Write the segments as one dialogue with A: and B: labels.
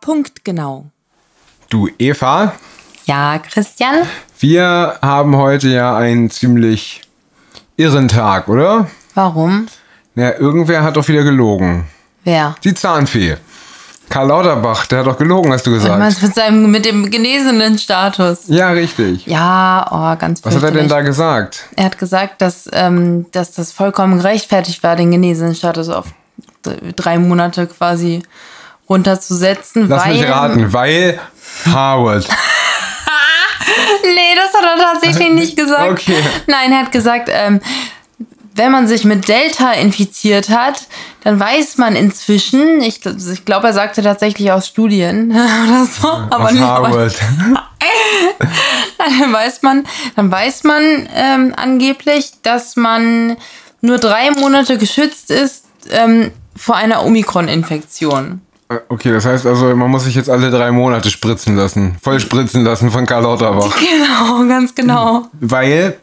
A: Punktgenau.
B: Du Eva,
A: Ja, Christian?
B: wir haben heute ja einen ziemlich irren Tag, oder?
A: Warum?
B: Ja, irgendwer hat doch wieder gelogen.
A: Wer?
B: Die Zahnfee. Karl Lauterbach, der hat doch gelogen, hast du gesagt.
A: Was mit, seinem, mit dem genesenen Status.
B: Ja, richtig.
A: Ja, oh, ganz
B: Was hat er denn
A: fürchterlich.
B: da gesagt?
A: Er hat gesagt, dass, ähm, dass das vollkommen gerechtfertigt war, den genesenen Status auf d- drei Monate quasi runterzusetzen.
B: Lass
A: weil
B: mich raten, weil Harvard.
A: Nee, das hat er tatsächlich nicht gesagt.
B: Äh, Okay.
A: Nein, er hat gesagt, ähm, wenn man sich mit Delta infiziert hat, dann weiß man inzwischen, ich, gl- also ich glaube, er sagte tatsächlich aus Studien oder so, aber
B: Aus
A: nicht,
B: Harvard.
A: dann weiß man, dann weiß man ähm, angeblich, dass man nur drei Monate geschützt ist ähm, vor einer Omikron-Infektion.
B: Okay, das heißt also, man muss sich jetzt alle drei Monate spritzen lassen. Voll spritzen lassen von Karl Lauterbach.
A: Genau, ganz genau.
B: Weil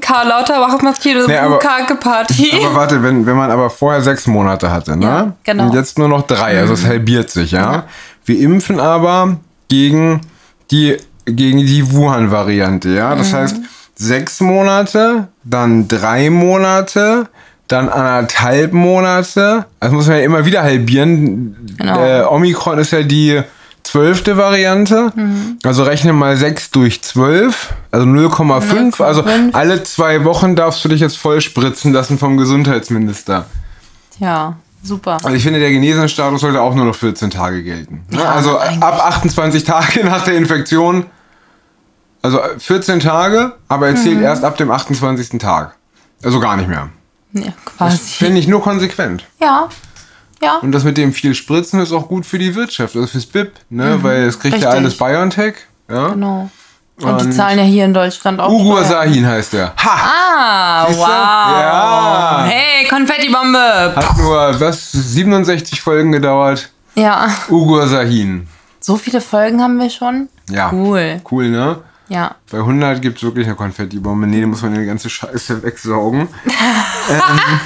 A: Karl Lauterbach macht hier so
B: Nee,
A: eine
B: aber-
A: Kake-Party.
B: Aber warte, wenn, wenn man aber vorher sechs Monate hatte, ne?
A: Ja, genau. Mhm.
B: Und jetzt nur noch drei, also es halbiert sich, ja? Wir impfen aber gegen die, gegen die Wuhan-Variante, ja? Das
A: Mhm.
B: heißt, sechs Monate, dann drei Monate, dann anderthalb Monate. Das muss man ja immer wieder halbieren.
A: Genau.
B: Äh, Omikron ist ja die zwölfte Variante.
A: Mhm.
B: Also rechne mal sechs durch zwölf, also 0,5. Also
A: 0,5.
B: alle zwei Wochen darfst du dich jetzt voll spritzen lassen vom Gesundheitsminister.
A: Ja, super.
B: Also ich finde, der Genesenenstatus sollte auch nur noch 14 Tage gelten. Ne? also ab 28 Tage nach der Infektion. Also 14 Tage, aber er
A: Mhm.
B: zählt erst ab dem 28. Tag. Also gar nicht mehr.
A: Ja,
B: Das
A: quasi.
B: finde ich nur konsequent.
A: Ja. Ja.
B: Und das mit dem viel Spritzen ist auch gut für die Wirtschaft, also fürs BIP, ne? Weil es kriegt ja
A: Mhm. Richtig.
B: alles BioNTech. Ja?
A: Genau. Und, die
B: Und-
A: zahlen ja hier in Deutschland auch.
B: Ugur
A: Steuern.
B: Sahin heißt er. Ha!
A: Ah,
B: Siehst du?
A: wow.
B: Ja.
A: Hey, Konfettibombe.
B: Hat nur was 67 Folgen gedauert.
A: Ja.
B: Ugur Sahin.
A: So viele Folgen haben wir schon.
B: Ja.
A: Cool.
B: Cool, ne?
A: Ja.
B: Bei 100 gibt es wirklich eine Konfettibombe. Nee, da muss man die ganze Scheiße wegsaugen. ähm,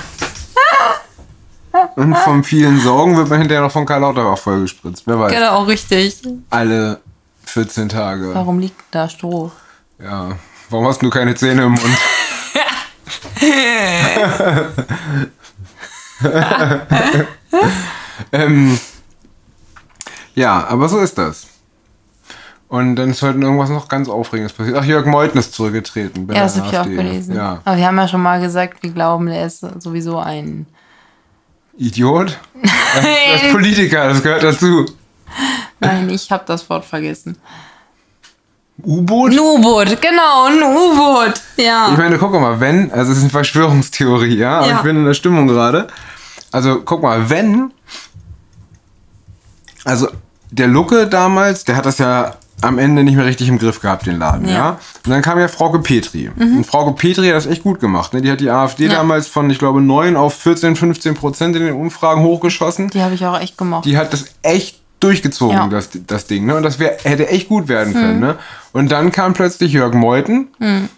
B: und vom vielen Sorgen wird man hinterher noch von Karl Lauterbach vollgespritzt. Wer weiß.
A: Genau, richtig.
B: Alle 14 Tage.
A: Warum liegt da Stroh?
B: Ja. Warum hast du keine Zähne im Mund? ähm, ja, aber so ist das. Und dann ist heute irgendwas noch ganz Aufregendes passiert. Ach, Jörg Meuthen ist zurückgetreten. bei
A: Ja,
B: der
A: das habe ich auch
B: AfD.
A: gelesen.
B: Ja.
A: Aber wir haben ja schon mal gesagt, wir glauben, der ist sowieso ein.
B: Idiot? Das ist Politiker, das gehört dazu.
A: Nein, ich habe das Wort vergessen.
B: U-Boot?
A: Ein U-Boot, genau, ein U-Boot.
B: Ich
A: Ja.
B: meine, guck mal, wenn, also es ist eine Verschwörungstheorie, ja, aber
A: Ja.
B: ich bin in der Stimmung gerade. Also guck mal, wenn, also der Lucke damals, der hat das ja am Ende nicht mehr richtig im Griff gehabt, den Laden, ja.
A: Ja. Mhm.
B: Und dann kam ja Frauke Petri. Und Frauke Petri hat das echt gut gemacht. Ne? Die hat die AfD damals von, ich glaube, 9 auf 14, 15 Prozent in den Umfragen hochgeschossen.
A: Die habe ich auch echt gemocht.
B: die hat das echt durchgezogen,
A: Genau. Ja. Mhm.
B: das, das Ding. Ne? Und das wär, hätte echt gut werden können. Ne? Und dann kam plötzlich Jörg Meuthen,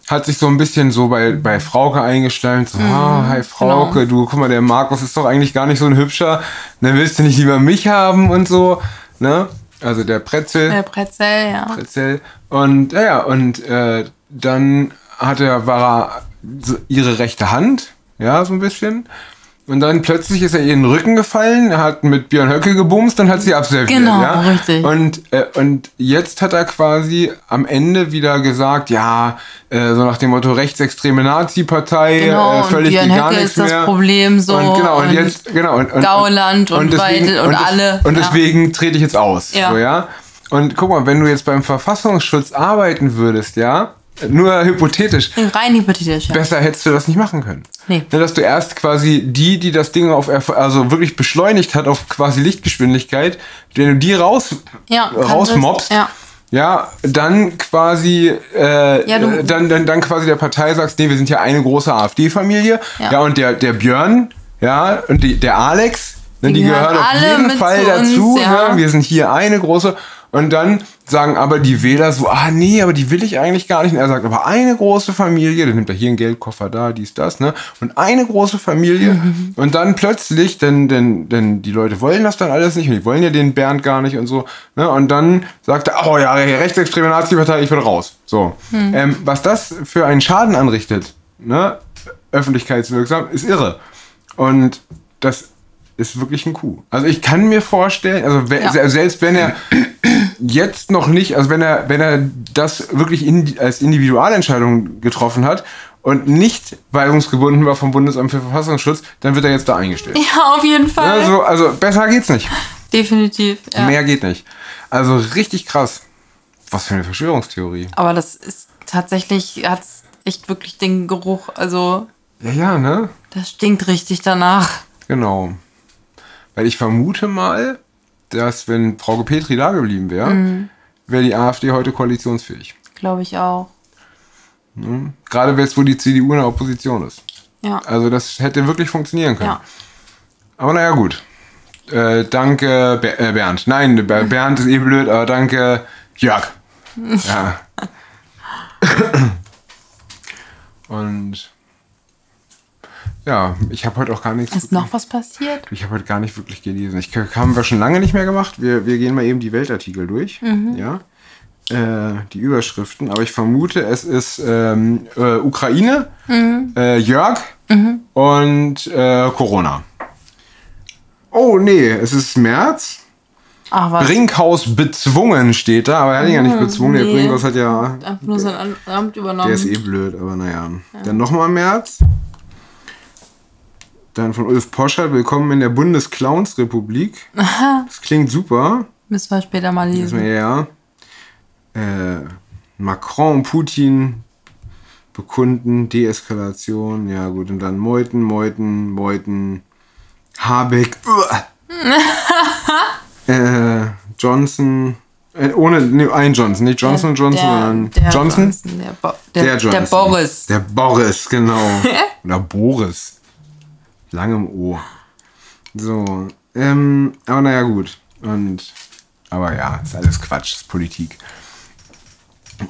B: hat sich so ein bisschen so bei, bei Frauke eingeschleimt. So,
A: Mhm.
B: ah,
A: Genau.
B: hi Frauke, du, guck mal, der Markus ist doch eigentlich gar nicht so ein Hübscher. Dann willst du nicht lieber mich haben und so. Ne? Also der Pretzel.
A: Der Äh, Pretzel, ja.
B: Erzähl. Und ja, ja, und äh, dann hat er, war er so ihre rechte Hand, ja, so ein bisschen. Und dann plötzlich ist er ihr in den Rücken gefallen, er hat mit Björn Höcke gebumst und hat sie abserviert.
A: Genau,
B: ja?
A: richtig.
B: Und, äh, und jetzt hat er quasi am Ende wieder gesagt, ja, äh, so nach dem Motto rechtsextreme Nazi-Partei,
A: Genau,
B: äh,
A: und
B: völlig
A: Björn
B: die gar
A: Höcke
B: nichts
A: ist das
B: mehr.
A: Problem so
B: Und genau, und,
A: und
B: jetzt, genau. Und, und,
A: Gauland und
B: deswegen-
A: Weidel und
B: des-
A: alle,
B: Und
A: ja.
B: deswegen trete ich jetzt aus.
A: Ja.
B: So, ja? Und guck mal, wenn du jetzt beim Verfassungsschutz arbeiten würdest, ja, nur hypothetisch,
A: Rein hypothetisch. ja.
B: besser hättest du das nicht machen können.
A: Nee.
B: Ne, Dass du erst quasi die, die das Ding auf, erf- also wirklich beschleunigt hat auf quasi Lichtgeschwindigkeit, wenn du die raus,
A: Ja, kannst
B: rausmobst,
A: du- ja.
B: ja, dann quasi, äh,
A: Ja, du-
B: äh, dann, dann, dann quasi der Partei sagst, nee, wir sind ja eine große AfD-Familie, ja.
A: Ja.
B: und der, der Björn, ja, und die, der Alex, ne, die,
A: Die
B: gehören
A: gehören
B: auf
A: alle
B: jeden
A: mit
B: Fall
A: zu
B: dazu,
A: uns, ja.
B: ne? wir sind hier eine große, Und dann sagen aber die Wähler so, ah nee, aber die will ich eigentlich gar nicht. Und er sagt, aber eine große Familie, dann nimmt er hier einen Geldkoffer da, dies, das, ne? Und eine große Familie. Und dann plötzlich, denn, denn, denn die Leute wollen das dann alles nicht und die wollen ja den Bernd gar nicht und so. Ne? Und dann sagt er, oh ja, rechtsextreme Nazi-Partei, ich bin raus. So.
A: Hm.
B: Ähm, was das für einen Schaden anrichtet, ne? öffentlichkeitswirksam, ist irre. Und das ist wirklich ein Coup. Also ich kann mir vorstellen, also we-
A: Ja.
B: se- selbst wenn er jetzt noch nicht, also wenn er, wenn er das wirklich in, als Individualentscheidung getroffen hat und nicht weisungsgebunden war vom Bundesamt für Verfassungsschutz, dann wird er jetzt da eingestellt.
A: Ja, auf jeden Fall.
B: Also, also besser geht's nicht.
A: Definitiv. Ja.
B: Mehr geht nicht. Also richtig krass. Was für eine Verschwörungstheorie.
A: Aber das ist tatsächlich, hat echt wirklich den Geruch. Also,
B: Ja, ja, ne?
A: das stinkt richtig danach.
B: Genau. Weil ich vermute mal, dass wenn Frau Petri da geblieben wäre,
A: Mhm.
B: wäre die AfD heute koalitionsfähig.
A: Glaube ich auch.
B: Gerade jetzt, wo die CDU in der Opposition ist.
A: Ja.
B: Also das hätte wirklich funktionieren können.
A: ja.
B: Aber naja, gut. Äh, danke, Ber äh, Bernd. Nein, Ber Bernd ist eh blöd, aber danke, Jörg. Ja. Und ja, ich habe heute auch gar nichts.
A: Ist noch was passiert?
B: Ich habe heute gar nicht wirklich gelesen. Ich haben wir schon lange nicht mehr gemacht. Wir, wir gehen mal eben die Weltartikel durch.
A: Mhm.
B: Ja. Äh, die Überschriften. Aber ich vermute, es ist ähm, äh, Ukraine,
A: Mhm.
B: äh, Jörg und äh, Corona. Oh, nee, es ist März.
A: Ach, was? Oh,
B: Brinkhaus bezwungen steht da, aber er hat ihn ja nicht bezwungen. Der
A: nee.
B: Brinkhaus hat ja
A: Einfach nur sein Am- Amt übernommen.
B: der ist eh blöd, aber naja. Dann nochmal März. Dann von Ulf Poschert, willkommen in der Bundesclownsrepublik. Das klingt super.
A: Müssen wir später mal
B: Ist
A: lesen.
B: mir Ja. Äh, Macron und Putin bekunden, Deeskalation, ja gut, und dann Meuten, Meuten, Meuten, Habeck, uah. äh, Johnson, äh, ohne, nee, ein Johnson, nicht Johnson und Johnson, sondern
A: der
B: Johnson,
A: der, Bo der, der,
B: Johnson.
A: Boris.
B: Der Boris, genau. Oder Boris. Langem O. So. Ähm, aber naja, gut. Und. Aber ja, ist alles Quatsch, ist Politik.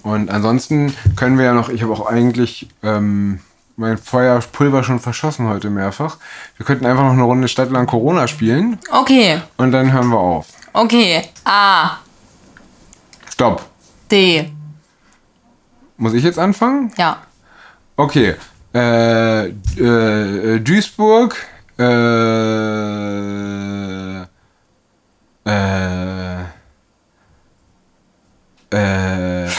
B: Und ansonsten können wir ja noch, ich habe auch eigentlich ähm, mein Feuerpulver schon verschossen heute mehrfach. Wir könnten einfach noch eine Runde Stadtland Corona spielen
A: Okay,
B: und dann hören wir auf.
A: okay. A,
B: Stopp.
A: D.
B: Muss ich jetzt anfangen?
A: Ja.
B: Okay. Äh, äh, Duisburg. Äh, äh, äh,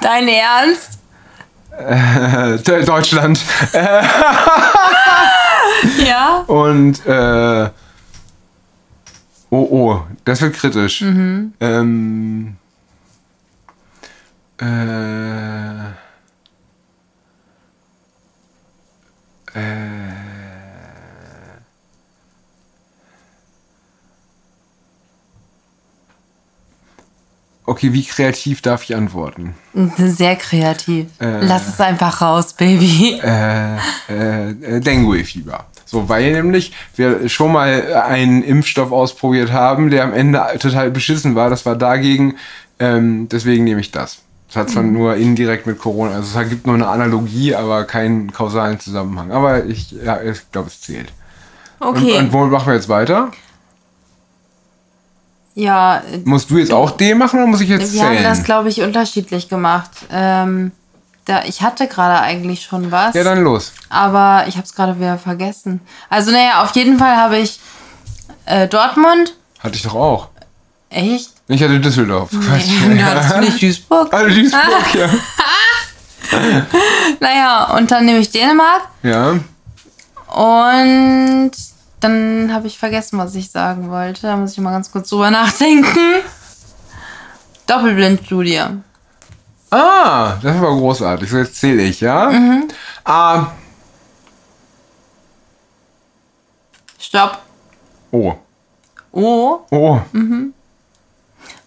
A: Dein Ernst?
B: De- äh, Deutschland.
A: Ja?
B: Und äh, oh oh, das wird kritisch. Ähm, äh, äh, Okay, wie kreativ darf ich antworten?
A: Sehr kreativ.
B: Äh.
A: Lass es einfach raus, Baby.
B: äh, äh, Dengue-Fieber. So, weil nämlich wir schon mal einen Impfstoff ausprobiert haben, der am Ende total beschissen war. Das war dagegen, ähm, deswegen nehme ich das. Das hat zwar
A: Mhm.
B: nur indirekt mit Corona, also es gibt nur eine Analogie, aber keinen kausalen Zusammenhang. Aber ich, ja, ich glaube, es zählt.
A: Okay.
B: Und, und wo machen wir jetzt weiter?
A: ja, äh,
B: Musst du jetzt auch D machen oder muss ich jetzt
A: wir haben das,
B: zählen?
A: glaube ich, unterschiedlich gemacht. Ähm, da, ich hatte gerade eigentlich schon was.
B: Ja, dann los.
A: aber ich habe es gerade wieder vergessen. Also, naja, auf jeden Fall habe ich äh, Dortmund.
B: Hatte ich doch auch.
A: Echt?
B: Ich hatte Düsseldorf.
A: Nee, hattest du nicht Duisburg?
B: Also Duisburg, ja.
A: Naja, und dann nehme ich Dänemark
B: Ja.
A: und dann habe ich vergessen, was ich sagen wollte. Da muss ich mal ganz kurz drüber nachdenken. Doppelblindstudie.
B: Ah, das war großartig. So, jetzt zähle ich, ja? Ah, A.
A: Stopp.
B: O.
A: Oh,
B: O.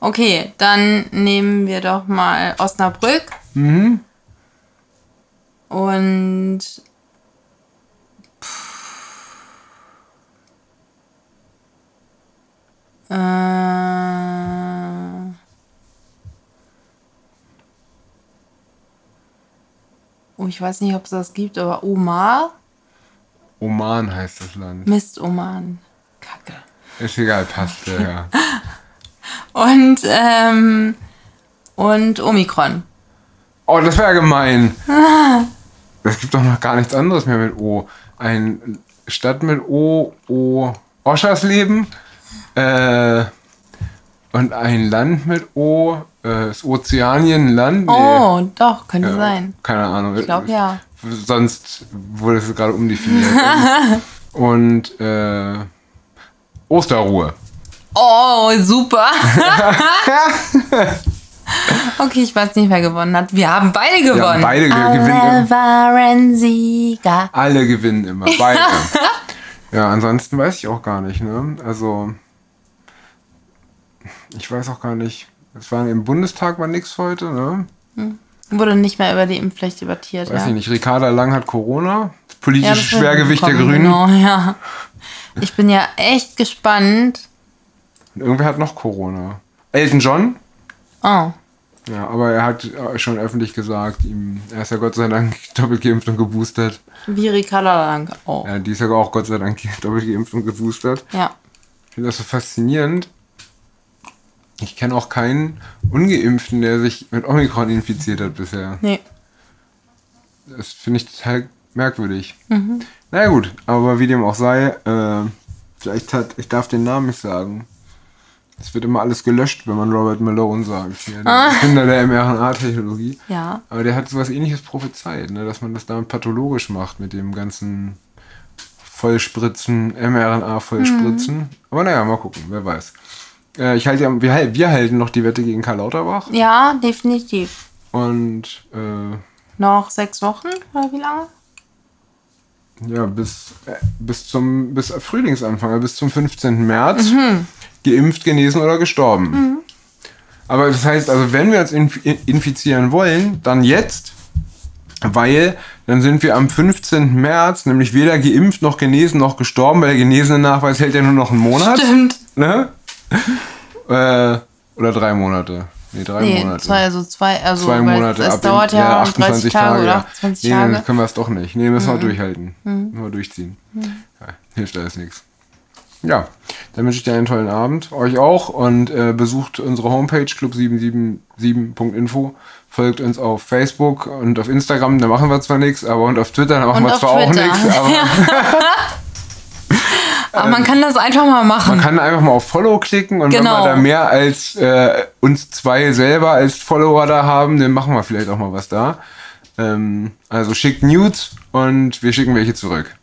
A: okay, dann nehmen wir doch mal Osnabrück. Und pff, äh, oh, ich weiß nicht, ob es das gibt, aber Omar,
B: Oman heißt das Land.
A: Mist Oman. Kacke.
B: Ist egal, passt ja, ja.
A: Und, ähm, und Omikron.
B: Oh, das wäre gemein. Es gibt doch noch gar nichts anderes mehr mit O. Ein Stadt mit O, O, Oschersleben. Äh, und ein Land mit O, äh, ist Ozeanien ein Land? Nee.
A: Oh, doch, könnte
B: Äh,
A: sein.
B: Keine Ahnung. Ich
A: glaub, ja.
B: Sonst wurde es gerade umdefiniert. und äh, Osterruhe.
A: Oh, super. okay, ich weiß nicht, wer gewonnen hat. Wir haben beide gewonnen.
B: beide ge- gewinnen.
A: Alle waren Sieger.
B: Alle gewinnen immer, beide. ja, ansonsten weiß ich auch gar nicht, ne? Also, ich weiß auch gar nicht. Es war im Bundestag war nichts heute, ne?
A: Wurde nicht mehr über die Impfpflicht debattiert.
B: Weiß
A: ja.
B: ich nicht. Ricarda Lang hat Corona. Das
A: Ja,
B: politische
A: das wird
B: Schwergewicht der
A: kommen,
B: Grünen.
A: Genau, ja. Ich bin ja echt gespannt.
B: Und irgendwer hat noch Corona. Elton John.
A: Oh,
B: Ja, aber er hat äh, schon öffentlich gesagt, ihm, er ist ja Gott sei Dank doppelt geimpft und geboostert.
A: wie Ricarda Lang. Oh,
B: Ja, die ist ja auch Gott sei Dank doppelt geimpft und geboostert.
A: ja.
B: Ich finde das so faszinierend. Ich kenne auch keinen Ungeimpften, der sich mit Omikron infiziert hat bisher.
A: Nee.
B: Das finde ich total merkwürdig. Na ja, gut, aber wie dem auch sei, äh, vielleicht hat, ich darf den Namen nicht sagen. Es wird immer alles gelöscht, wenn man Robert Malone sagt. Hier, der Erfinder der mRNA-Technologie.
A: Ja.
B: Aber der hat sowas ähnliches prophezeit, ne? dass man das damit pathologisch macht, mit dem ganzen Vollspritzen, mRNA-Vollspritzen. Aber naja, mal gucken, wer weiß. Äh, ich halte, ja- wir, hal- wir halten noch die Wette gegen Karl Lauterbach
A: Ja, definitiv.
B: und äh,
A: Noch sechs Wochen oder wie lange?
B: ja, bis, äh, bis zum bis Frühlingsanfang, äh, bis zum 15. März
A: Mhm.
B: geimpft, genesen oder gestorben. Aber das heißt, also wenn wir uns inf infizieren wollen, dann jetzt, weil dann sind wir am 15. März nämlich weder geimpft noch genesen noch gestorben, weil der genesene Nachweis hält ja nur noch einen Monat.
A: Stimmt.
B: Ne? äh, oder drei Monate. Nee, drei
A: Nee,
B: Monate
A: zwei, also zwei, also
B: zwei
A: weil
B: Monate
A: es
B: ab
A: dauert
B: in-
A: ja, 30 Tage, oder
B: ja.
A: 28
B: nee, dann
A: Tage. Mhm.
B: können wir es doch nicht. Nee, müssen wir durchhalten. Nur durchziehen. Ja, hilft alles nichts. Ja, dann wünsche ich dir einen tollen Abend. Euch auch. Und äh, besucht unsere Homepage club777.info. Folgt uns auf Facebook und auf Instagram. Da machen wir zwar nichts, aber und auf Twitter, da machen
A: Und
B: wir
A: auf
B: zwar
A: Twitter.
B: auch nichts. Aber
A: Aber
B: also
A: man kann das einfach mal machen.
B: man kann einfach mal auf Follow klicken. Und
A: Genau.
B: wenn wir da mehr als äh, uns zwei selber als Follower da haben, dann machen wir vielleicht auch mal was da. Ähm, also schickt Nudes und wir schicken welche zurück.